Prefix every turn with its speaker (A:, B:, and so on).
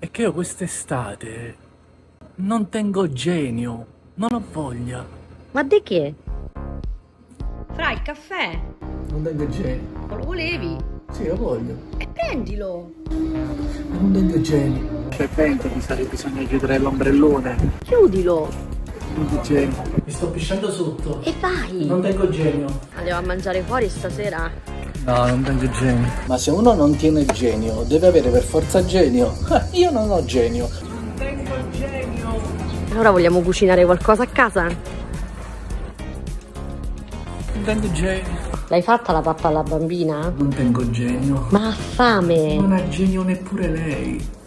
A: è che io quest'estate non tengo genio, non ho voglia.
B: Ma di che?
C: Fra il caffè,
A: Non tengo genio.
C: lo volevi?
A: Sì, lo voglio.
C: E prendilo!
A: Non tengo genio. C'è vento, mi sarebbe bisogno chiudere l'ombrellone.
B: Chiudilo
A: Quindi genio. Mi sto pisciando sotto.
B: e vai.
A: Non tengo genio.
B: Andiamo a mangiare fuori stasera.
A: No, non tengo genio.
D: Ma se uno non tiene genio, deve avere per forza genio. Ah, Io non ho genio.
B: Allora vogliamo cucinare qualcosa a casa?
A: Non tengo genio.
B: L'hai fatta la pappa alla bambina?
A: Non tengo genio.
B: Ma ha fame!
A: Non ha genio neppure lei.